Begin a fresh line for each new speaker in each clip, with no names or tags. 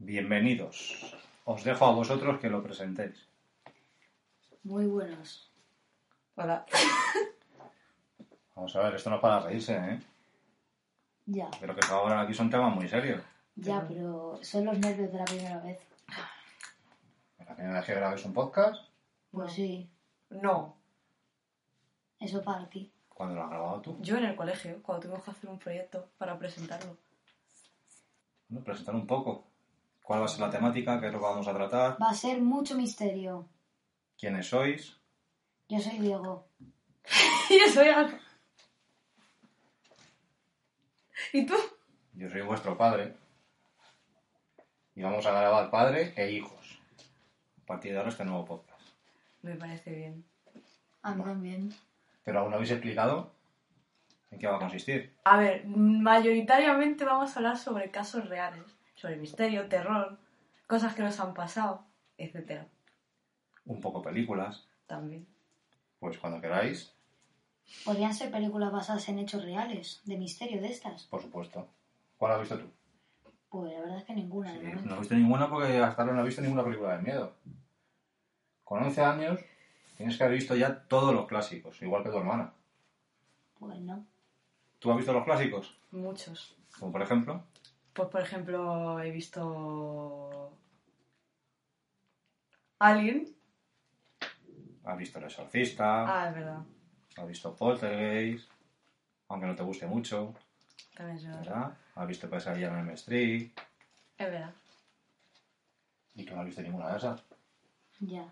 Bienvenidos. Os dejo a vosotros que lo presentéis.
Muy buenos.
Hola.
Vamos a ver, esto no es para reírse, ¿eh?
Ya,
Pero que por ahora aquí son temas muy serios.
ya, pero son los nervios de la primera vez.
La primera vez que grabáis un podcast,
Pues
No.
sí,
No,
eso para ti.
cuando lo has grabado tú.
yo en el colegio, cuando tuvimos que hacer un proyecto para presentarlo.
Bueno, presentar un poco. ¿Cuál va a ser la temática? ¿Qué es lo que vamos a tratar?
Va a ser mucho misterio.
¿Quiénes sois?
Yo soy Diego.
y eso ya. ¿Y tú?
Yo soy vuestro padre. Y vamos a grabar padre e hijos. A partir de ahora este nuevo podcast.
Me parece bien.
A mí también.
Pero aún no habéis explicado en qué va a consistir.
A ver, mayoritariamente vamos a hablar sobre casos reales, sobre misterio, terror, cosas que nos han pasado, etcétera.
Un poco películas.
También.
Pues cuando queráis,
Podrían ser películas basadas en hechos reales, de misterio de estas.
por supuesto. ¿Cuál has visto tú?
Pues la verdad es que ninguna. de
Sí,
momento.
no he visto ninguna porque hasta ahora no he visto ninguna película de miedo. Con 11 años tienes que haber visto ya todos los clásicos, igual que tu hermana.
Pues no.
¿Tú has visto los clásicos?
Muchos.
Como por ejemplo,
Pues, por ejemplo, he visto. Alien.
has visto El Exorcista,
Ah, es verdad.
has visto Poltergeist, aunque no te guste mucho,
También es verdad.
¿verdad? Has visto Pesadilla en el Street
Es verdad.
y tú no has visto ninguna de esas.
Ya.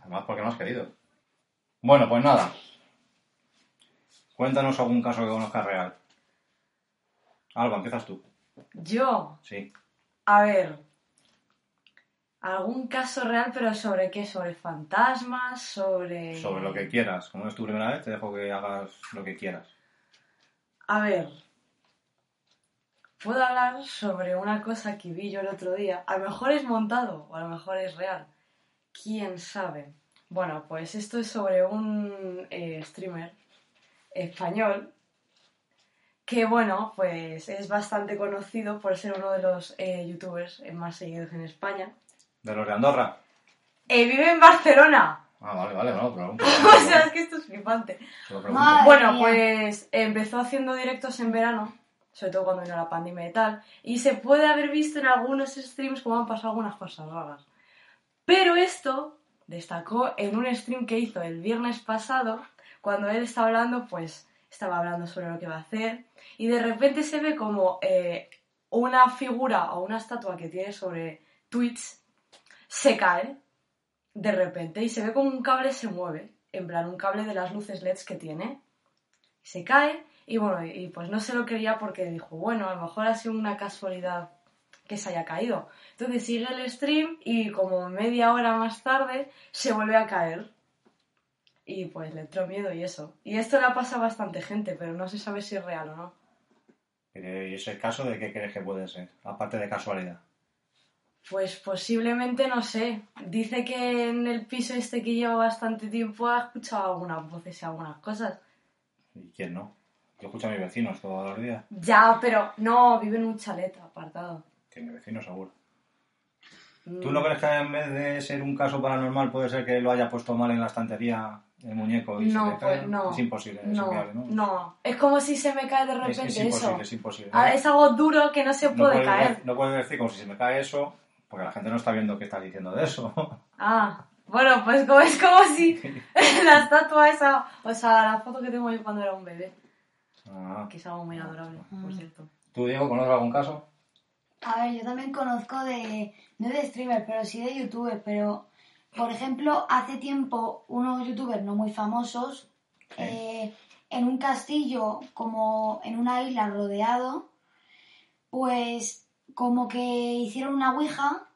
Además, porque no has querido. Bueno, pues nada. Cuéntanos algún caso que conozcas real. Alba, empiezas tú.
Yo
Sí.
A ver, algún caso real, pero ¿sobre qué? ¿Sobre fantasmas? ¿Sobre...?
Sobre lo
Eh,
que quieras. Como no es tu primera vez, te dejo que hagas lo que quieras.
A ver, puedo hablar sobre una cosa que vi yo el otro día. A lo mejor es montado o a lo mejor es real. ¿Quién sabe? Bueno, pues esto es sobre un eh, streamer español que, bueno, pues es bastante conocido por ser uno de los eh, youtubers eh, más seguidos en España.
¿De los de Andorra?
Eh, vive en Barcelona.
Ah, vale, vale, no, pregunto.
O sea, es que esto es flipante.
Solo
Madre
pregunto.
Bueno,
mía.
pues empezó haciendo directos en verano, sobre todo cuando vino la pandemia y tal, y se puede haber visto en algunos streams cómo han pasado algunas cosas raras. Pero esto destacó en un stream que hizo el viernes pasado, cuando él estaba hablando, pues estaba hablando sobre lo que va a hacer, y de repente se ve como eh, una figura o una estatua que tiene sobre Twitch se cae de repente y se ve como un cable se mueve, en plan un cable de las luces LEDs que tiene, se cae y bueno, y pues no se lo creía porque dijo, bueno, a lo mejor ha sido una casualidad que se haya caído. Entonces sigue el stream y como media hora más tarde se vuelve a caer. Y pues le entró miedo y eso. Y esto le ha pasado a bastante gente, pero no se sabe si es real o no.
Eh, ¿Y ese caso de qué crees que puede ser? Aparte de casualidad.
Pues posiblemente no sé. Dice que en el piso este que lleva bastante tiempo ha escuchado algunas voces y algunas cosas.
¿Y quién no? Yo escucho a mis vecinos todos los días.
Ya, pero no, vive en un chalet apartado.
Tiene vecinos, seguro.
Mm,
¿Tú no crees que en vez de ser un caso paranormal puede ser que lo haya puesto mal en la estantería el muñeco y se
No,
le caiga?
pues no.
Es imposible, es
no,
inviable, ¿no?
no. Es como si se me cae de
Es,
repente
es
eso.
imposible, es imposible.
Ah, es algo duro que no se
no,
puede
puedes
caer.
de- no puedes decir como si se me cae eso, porque la gente no está viendo qué estás diciendo de eso.
Ah, bueno, pues como, es como si la estatua esa, o sea, la foto que tengo yo cuando era un bebé,
Ah.
que es algo muy adorable, por
Mm.
cierto.
¿Tú, Diego, conoces algún caso?
A ver, yo también conozco de, no de streamer, pero sí de youtubers, pero por ejemplo, hace tiempo unos youtubers no muy famosos,
Sí.
eh, en un castillo, como en una isla rodeado, pues como que hicieron una ouija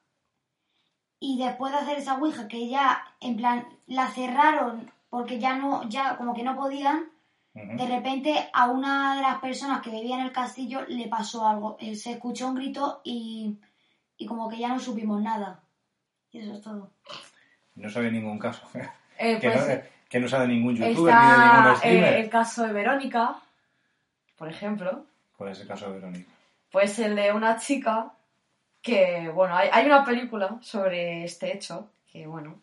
y después de hacer esa ouija que ya, en plan, la cerraron porque ya no, ya como que no podían,
Ujú.
Eh,
de repente a una de las personas que vivía en el castillo le pasó algo. Eh, Se escuchó un grito y, y como que ya no supimos nada. Y eso es todo.
No sabe ningún caso.
Eh,
que,
pues,
no, que no sabe ningún youtuber ni de
Está
ningún streamer.
eh, el caso de Verónica, por ejemplo.
¿Cuál es el caso de Verónica?
Pues el de una chica que, bueno, hay, hay una película sobre este hecho que, bueno,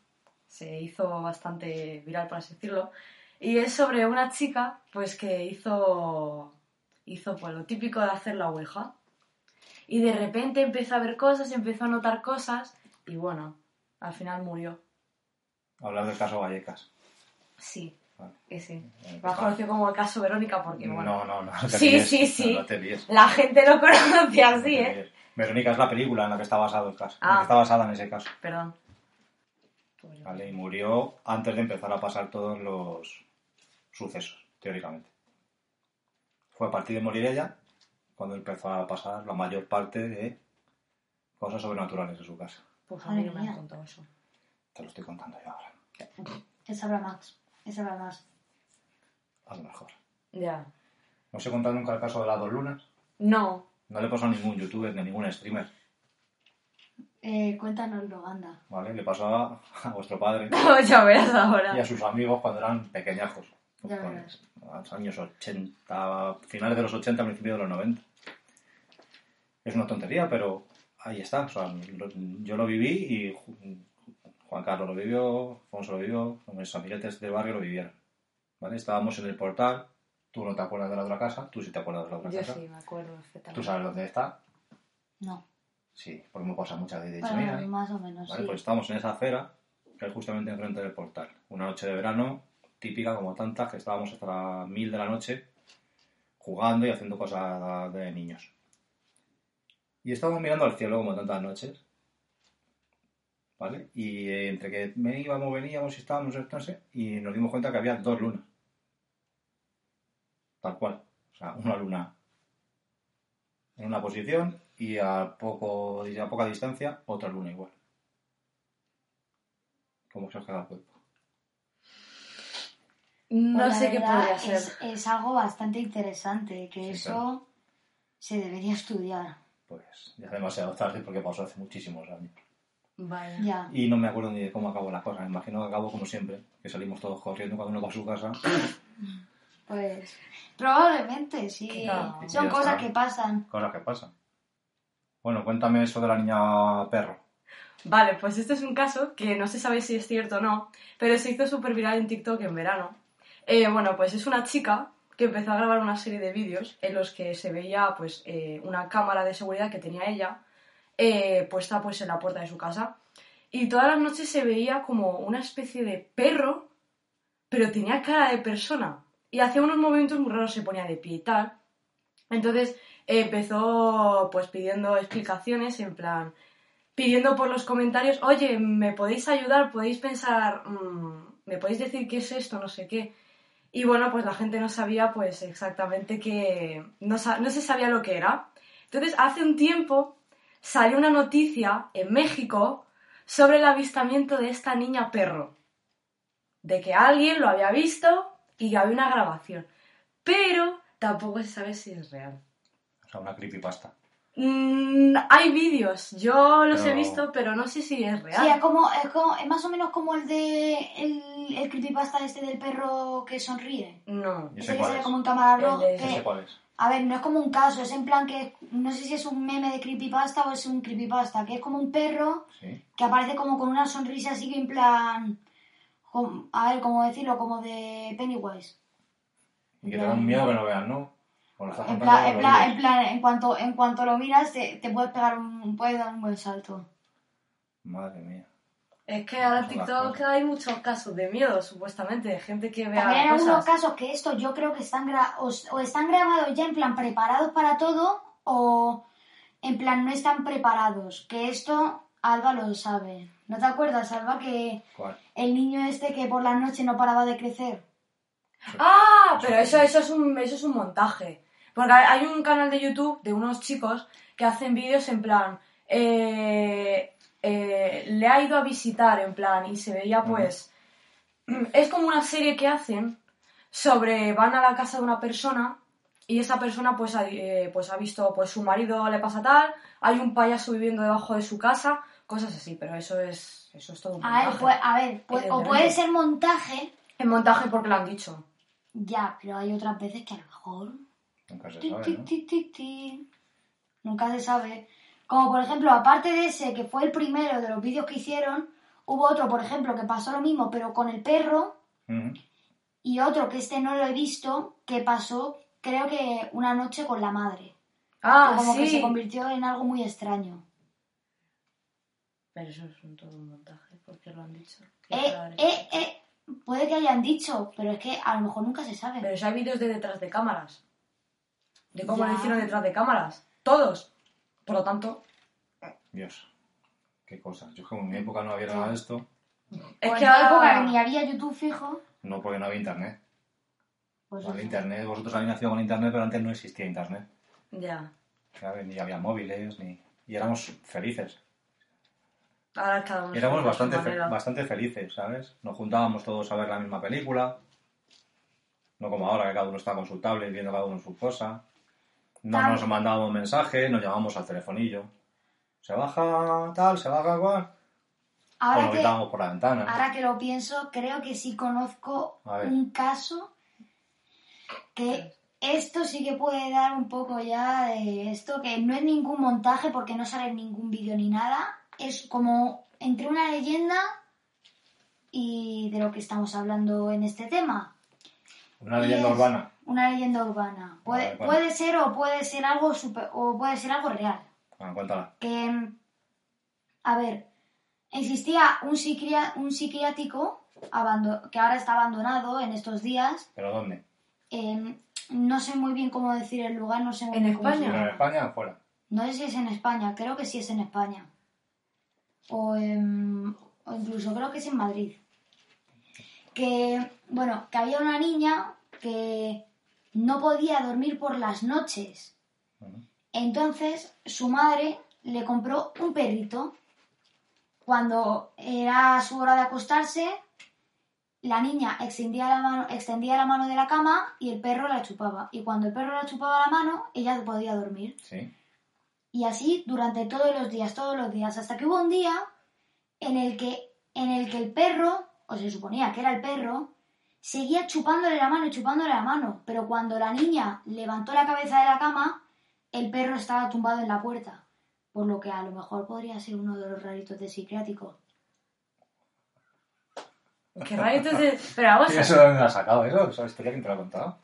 se hizo bastante viral, por así decirlo, y es sobre una chica, pues, que hizo, hizo pues, lo típico de hacer la ouija, y de repente empezó a ver cosas, empezó a notar cosas, y bueno, al final murió.
Hablar del caso Vallecas.
Sí,
Vale.
que sí.
Eh,
Más conocido como el caso Verónica, porque,
no,
bueno,
no, no, no te
Sí,
líes,
sí, sí.
No, no te líes.
la gente lo conoce
No
así,
te
¿eh?
líes. Verónica es la película en la que está basado el caso. en la
Ah.
que está basada en ese caso.
Perdón.
¿vale? Y murió antes de empezar a pasar todos los sucesos, teóricamente. Fue a partir de morir ella cuando empezó a pasar la mayor parte de cosas sobrenaturales en su casa.
Pues a mí
Madre
no me han
mía.
contado eso.
Te lo estoy contando yo ahora,
Él sabrá más. Él sabrá más.
a lo mejor.
Ya.
No se contado nunca el caso de las dos lunas.
No,
No le pasó a ningún youtuber ni ningún streamer,
Eh, cuéntanoslo, anda.
¿vale? Le pasó a, a vuestro padre
ya verás
y a
ahora.
sus amigos cuando eran pequeñajos.
Ya
Con-
verás.
a los años 80, finales de los 80, principios de los 90. Es una tontería, pero ahí está. o sea, lo- yo lo viví y Ju- Juan Carlos lo vivió, Alfonso lo vivió, mis amiguetes de barrio lo vivieron. ¿vale? Estábamos en el portal, tú no te acuerdas de la otra casa, tú sí te acuerdas de la otra
Yo
casa.
sí, me acuerdo
Tú
perfectamente.
sabes dónde está,
No.
sí, porque me pasa muchas veces. he dicho,
Bueno,
"Mira, eh,
más o menos,
Vale,
sí.
pues estamos en esa acera, que es justamente enfrente del portal. Una noche de verano, típica como tantas, que estábamos hasta las mil de la noche jugando y haciendo cosas de niños. Y estábamos mirando al cielo como tantas noches. ¿Vale? Y eh, entre que me íbamos, veníamos y estábamos, no sé, y nos dimos cuenta que había dos lunas. Tal cual. O sea, una luna en una posición y a, poco, a poca distancia otra luna igual cómo se os queda el cuerpo.
No
Pues la
sé qué
verdad
podría
es-
ser.
Es, algo bastante interesante, que
Sí,
eso
claro.
se debería estudiar.
Pues ya es demasiado tarde porque pasó hace muchísimos años.
Vaya.
Ya.
Y no me acuerdo ni de cómo acabó la cosa. Me imagino que acabó como siempre, que salimos todos corriendo cada uno para su casa.
Pues probablemente, sí.
Claro.
Y
Son
ya
cosas
está.
que pasan.
Cosas que pasan. Bueno, cuéntame eso de la niña perro.
Vale, pues este es un caso que no se sabe si es cierto o no, pero se hizo súper viral en TikTok en verano. Eh, bueno, pues es una chica que empezó a grabar una serie de vídeos en los que se veía pues eh, una cámara de seguridad que tenía ella eh, puesta pues en la puerta de su casa y todas las noches se veía como una especie de perro, pero tenía cara de persona y hacía unos movimientos muy raros, se ponía de pie y tal. Entonces eh, empezó pues pidiendo explicaciones en plan pidiendo por los comentarios, oye, ¿me podéis ayudar? ¿Podéis pensar? mm, ¿Me podéis decir qué es esto? No sé qué. Y bueno, pues la gente no sabía pues exactamente qué... No, sa- no se sabía lo que era. Entonces, hace un tiempo salió una noticia en México sobre el avistamiento de esta niña perro. De que alguien lo había visto y había una grabación. Pero tampoco se sabe si es real.
O sea, una creepypasta.
Mm, hay vídeos, yo los he
Pero-
visto, pero no sé si es
Sí, es
real.
como, es como, es más o menos como el de el, el creepypasta este del perro que sonríe.
No.
Yo
Ese
sé
que
cuál
sale
es.
como en cámara
El
roja.
de-
Yo sé
que-
cuál es.
a ver, no es como un caso, es en plan que no sé si es un meme de creepypasta o es un creepypasta, que es como un perro
Sí.
que aparece como con una sonrisa así que en plan, com- a ver, cómo decirlo, como de Pennywise.
Y que te da un miedo que no veas, ¿no? O lo estás
En
contando
plan,
con
en
los
plan, en
oídos.
plan, en cuanto, en cuanto lo miras te, te puedes pegar un, puedes dar un buen salto.
Madre mía.
Es que ahora en
Son las
TikTok
cosas.
hay muchos casos de miedo, supuestamente, de gente que vea
También hay
cosas.
algunos casos que esto yo creo que están gra- o, s- o están grabados ya en plan preparados para todo o en plan no están preparados. Que esto Alba lo sabe. ¿No te acuerdas, Alba, que
¿Cuál?
el niño este que por la noche no paraba de crecer?
Ah,
Eso
pero
es
eso, eso es un, eso es un montaje. Porque hay hay un canal de YouTube de unos chicos que hacen vídeos en plan. eh, eh, le ha ido a visitar, en plan, y se veía
Ujú.
pues. Es como una serie que hacen sobre. van a la casa de una persona y esa persona pues ha, eh, pues ha visto, pues su marido le pasa tal, hay un payaso viviendo debajo de su casa, cosas así, pero eso es. eso es todo un
A
montaje.
ver, pues, a ver, pues- o puede ser montaje,
El montaje porque lo han dicho.
ya, pero hay otras veces que a lo mejor
Nunca se
Ti,
sabe,
ti,
¿no?
ti, ti, ti. Nunca se sabe. Como por ejemplo, aparte de ese que fue el primero de los vídeos que hicieron, hubo otro, por ejemplo, que pasó lo mismo, pero con el perro,
Ujú.
y otro que este no lo he visto, que pasó, creo que una noche con la madre.
Ah,
como que se
sí.
convirtió en algo muy extraño.
Pero eso es un todo un montaje, porque lo han dicho. Qué
Eh,
padre.
eh, eh, puede que hayan dicho, pero es que a lo mejor nunca se sabe.
Pero si hay vídeos de detrás de cámaras. De cómo
Ya.
lo hicieron detrás de cámaras. Todos. Por lo tanto,
Dios, qué cosas. Yo como en mi época no había nada de esto,
es
O
que
Pues en mi
ahora-
época ni había YouTube fijo.
no porque no había internet.
Pues
No había
eso.
internet, vosotros habéis nacido con internet, pero antes no existía internet.
Ya.
¿sabes? Ni había móviles, ni... Y éramos felices.
Ahora cada
Ah,
uno
Éramos
se hace a su
bastante, fe-
manera.
bastante felices, ¿sabes? Nos juntábamos todos a ver la misma película. No como ahora, que cada uno está consultable y viendo cada uno su cosa. No
Tam-
nos mandábamos mensajes, nos llamábamos al telefonillo. Se baja tal, se baja cual. O
Ahora
nos
que,
gritábamos por la ventana.
ahora que lo pienso, creo que sí conozco
A ver.
un caso que esto sí que puede dar un poco ya de esto, que no es ningún montaje porque no sale en ningún vídeo ni nada. Es como entre una leyenda y de lo que estamos hablando en este tema.
Una
Y
leyenda
es
urbana.
Una leyenda urbana. Puede,
Vale, bueno.
puede ser o puede ser algo super- o puede ser algo real.
Bueno, cuéntala.
Que mm, a ver, existía un, psiquia- un psiquiátrico abando- que ahora está abandonado en estos días.
¿Pero dónde?
Em, no sé muy bien cómo decir el lugar, no sé muy
¿En
bien cómo se
España?
¿Pero
llama.
en España o fuera?
No sé si es en España, creo que sí es en España. O, en- o incluso creo que es en Madrid. Que, bueno, que había una niña que no podía dormir por las noches.
Ujú.
Entonces su madre le compró un perrito. Cuando era su hora de acostarse, la niña extendía la mano, extendía la mano de la cama y el perro la chupaba. Y cuando el perro la chupaba la mano, ella podía dormir.
Sí.
Y así durante todos los días, todos los días, hasta que hubo un día en el que, en el, que el perro, o se suponía que era el perro, seguía chupándole la mano y chupándole la mano. Pero cuando la niña levantó la cabeza de la cama, el perro estaba tumbado en la puerta. Por lo que a lo mejor podría ser uno de los raritos de psiquiátrico.
Qué raro, entonces. Pero vamos
¿Y
a
eso de dónde la has sacado? ¿Eso? ¿Esa historia quién te la ha contado?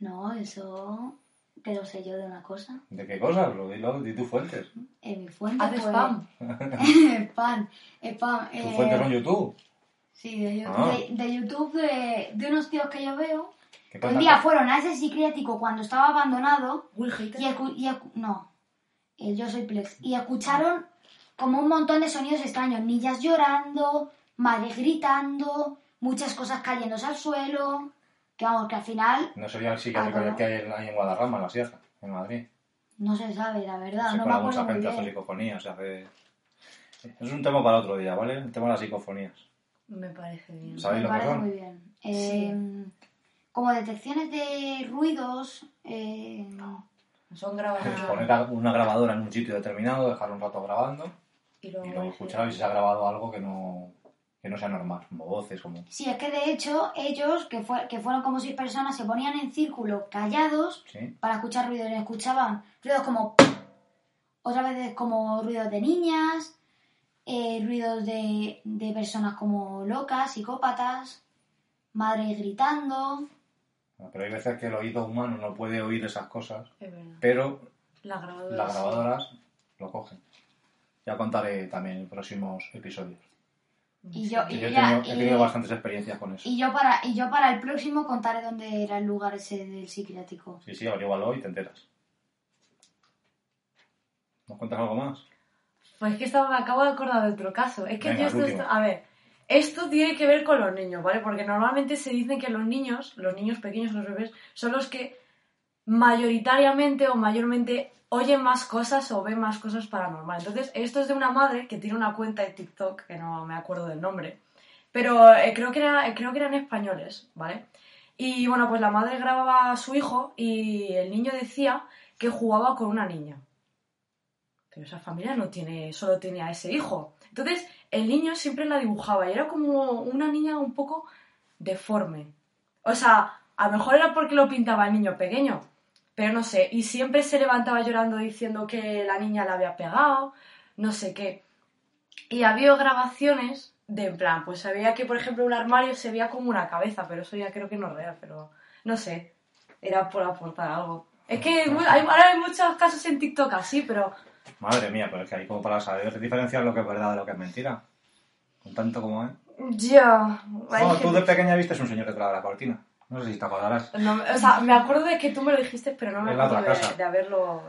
No, eso te lo sé yo de una cosa.
¿De qué cosas? Lo, dilo, di tus fuentes.
En mi fuente.
Haz
pues-
spam.
spam. Spam.
¿Tus
eh,
fuentes son YouTube?
Sí, de, Yo-
Ah.
de- de YouTube, de, de unos tíos que yo veo.
¿Qué
Un
cuentan
día
cosas?
Pues fueron a ese psiquiátrico cuando estaba abandonado
Will
y,
Hater.
escu- y escu- no, eh, yo soy Plex, y escucharon como un montón de sonidos extraños, niñas llorando, madres gritando, muchas cosas cayéndose al suelo, que vamos, que al final
No sería el psiquiátrico
Ah, bueno.
que hay en, hay en Guadarrama, en la sierra, en Madrid.
no se sabe, la verdad,
se
no me
cura
acuerdo
mucha
muy
gente hace
bien.
psicofonía, o sea que... Es un tema para otro día, ¿vale? El tema de las psicofonías.
Me parece bien.
¿Sabéis
me
lo que
parece
son?
muy bien. Eh, Como detecciones de ruidos, eh,
Son
Es poner
grabadas.
a- una grabadora en un sitio determinado, dejar un rato grabando
Y
y luego
luego
escuchar a ver si se ha grabado algo que no, que no sea normal, como voces, como...
Sí, es que de hecho ellos, que, fue- que fueron como seis personas, se ponían en círculo callados
¿Sí?
para escuchar ruidos. Y Escuchaban ruidos como... Otra veces como ruidos de niñas, eh, ruidos de, de personas como locas, psicópatas, madres gritando.
Pero hay veces que el oído humano no puede oír esas cosas,
Es verdad.
pero
La grabadora.
las
sí.
grabadoras lo cogen. Ya contaré también en próximos episodios.
Y yo,
Que
y
yo he
ya-
tenido, he tenido
y-
bastantes experiencias con eso.
y yo para, y yo para el próximo contaré dónde era el lugar ese del psiquiátrico.
Sí, sí, averígualo y te enteras. ¿Nos cuentas algo más?
Pues es que estaba, me acabo de acordar de otro caso. Es que
Venga, el
yo esto,
último.
esto- A ver, esto tiene que ver con los niños, ¿vale? Porque normalmente se dicen que los niños, los niños pequeños, los bebés, son los que mayoritariamente o mayormente oyen más cosas o ven más cosas paranormales. Entonces, esto es de una madre que tiene una cuenta de TikTok, que no me acuerdo del nombre, pero eh, creo, que era, creo que eran españoles, ¿vale? Y bueno, pues la madre grababa a su hijo y el niño decía que jugaba con una niña. Pero esa familia no tiene, solo tiene a ese hijo. Entonces, el niño siempre la dibujaba y era como una niña un poco deforme. O sea, a lo mejor era porque lo pintaba el niño pequeño, Pero no sé, y siempre se levantaba llorando diciendo que la niña la había pegado, no sé qué. Y había grabaciones de en plan, pues sabía que por ejemplo un armario se veía como una cabeza, pero eso ya creo que no es real, pero no sé, era por aportar algo. Es que hay mu- hay- ahora hay muchos casos en TikTok así, pero
Madre mía, pero es que ahí como para saber diferenciar lo que es verdad de lo que es mentira. Con tanto como es.
ya... hay
No, tú
gente-
de pequeña viste un señor detrás de la cortina. No sé si te acordarás.
no, o sea, me acuerdo de que tú me lo dijiste, pero no me
En la
acuerdo
otra
de,
casa.
de haberlo...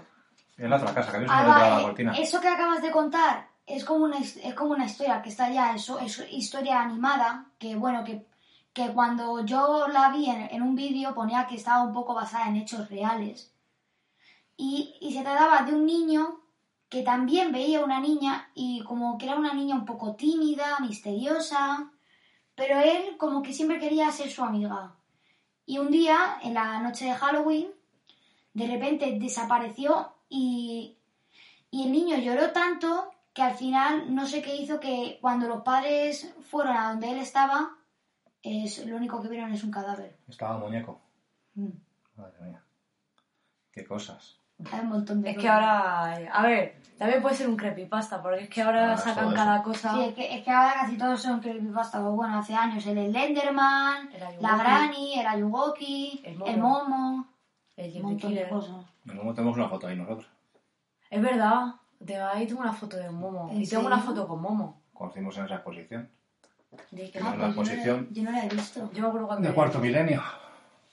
En la otra casa, que había un
Ah,
señor detrás de
Alba,
la
eh,
cortina.
eso que acabas de contar es como una, his- es como una historia que está ya, es, es historia animada, que bueno, que, que cuando yo la vi en, en un vídeo ponía que estaba un poco basada en hechos reales. Y, y se trataba de un niño que también veía una niña y como que era una niña un poco tímida, misteriosa, pero él como que siempre quería ser su amiga. Y un día, en la noche de Halloween, de repente desapareció y, y el niño lloró tanto que al final no sé qué hizo que cuando los padres fueron a donde él estaba, es, lo único que vieron es un cadáver.
Estaba muñeco.
Mm.
Madre mía. Qué cosas.
Hay un montón de...
Es que
cosas.
ahora... A ver, también puede ser un creepypasta, porque es que ahora
Ah,
sacan
todo eso.
cada cosa...
Sí, es que, es que ahora casi todos son creepypasta. o Bueno, hace años el Slenderman,
El Ayuwoki.
la Granny, el Ayuwoki,
El
el
Momo.
Momo,
El
un
Jeff the
montón de
Killer.
cosas.
De nuevo tenemos una foto ahí nosotros.
Es verdad, de ahí tengo una foto de Momo.
¿En
Y tengo una
serio?
foto con Momo.
Conocimos en esa exposición.
De que-
Ah,
pues
la
yo no la-
exposición.
Yo no la he visto.
Yo me acuerdo cuando.
Del cuarto milenio.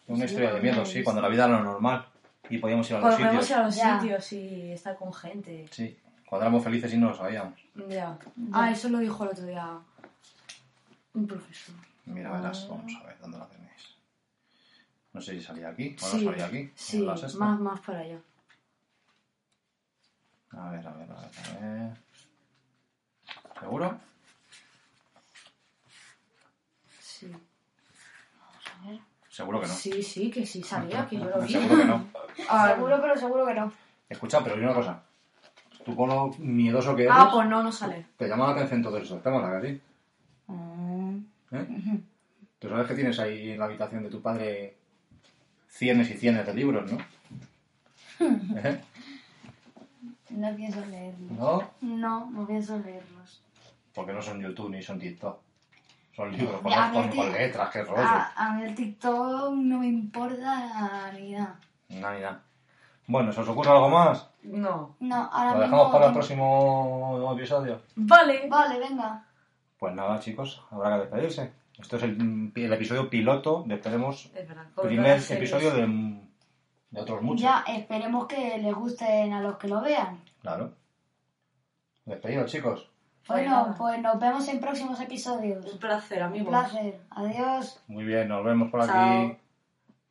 Una
Sí,
historia de
no
miedo,
lo
sí,
he
cuando la vida era lo normal. Y podíamos ir a los
Cuando podemos ir
sitios.
a los
Ya.
sitios y estar con gente.
Sí. Cuando éramos felices y no lo sabíamos.
Ya. Ah, eso lo dijo el otro día un profesor.
Mira,
Ah.
verás, vamos a ver dónde la tenéis. No sé si salía aquí o
Sí,
no salía aquí.
Sí,
¿No la sexta?
más, más para allá.
A ver, a ver, a ver, a ver. ¿Seguro?
Sí.
A ver.
Seguro que no.
sí, sí, que sí, sabía que yo lo vi.
Seguro que no.
Ah,
Seguro, pero seguro que no.
Escucha, pero hay una cosa. Tú con lo miedoso que eres,
ah, pues no, no sale.
te llama la atención todo eso. Estamos acá, ¿sí?
Mm.
¿Eh?
Ujú.
Tú sabes que tienes ahí en la habitación de tu padre cienes y cienes de libros, ¿no? ¿Eh?
No pienso leerlo.
¿No?
No, no pienso leerlos.
Porque no son YouTube ni son TikTok. Son libros con,
Ya, Ah. a
con-
mí-
con letras, qué rollo.
A, a mí el TikTok no me importa ni nada.
Nada, ni nada. Bueno, ¿se os ocurre algo más?
No.
No, ahora
¿Lo
mismo...
dejamos para el próximo episodio?
Vale.
Vale, venga.
Pues nada, chicos, habrá que despedirse. Esto es el, el episodio piloto, esperemos,
Es verdad. con todas
primer
las series.
episodio de, de otros muchos.
Ya, esperemos que les gusten a los que lo vean.
Claro. Despedidos, chicos.
Pues
Bueno,
nada.
pues nos vemos en próximos episodios.
pues, Un placer,
Un
amigos.
placer. Adiós.
Muy bien, nos vemos por
Chao.
aquí.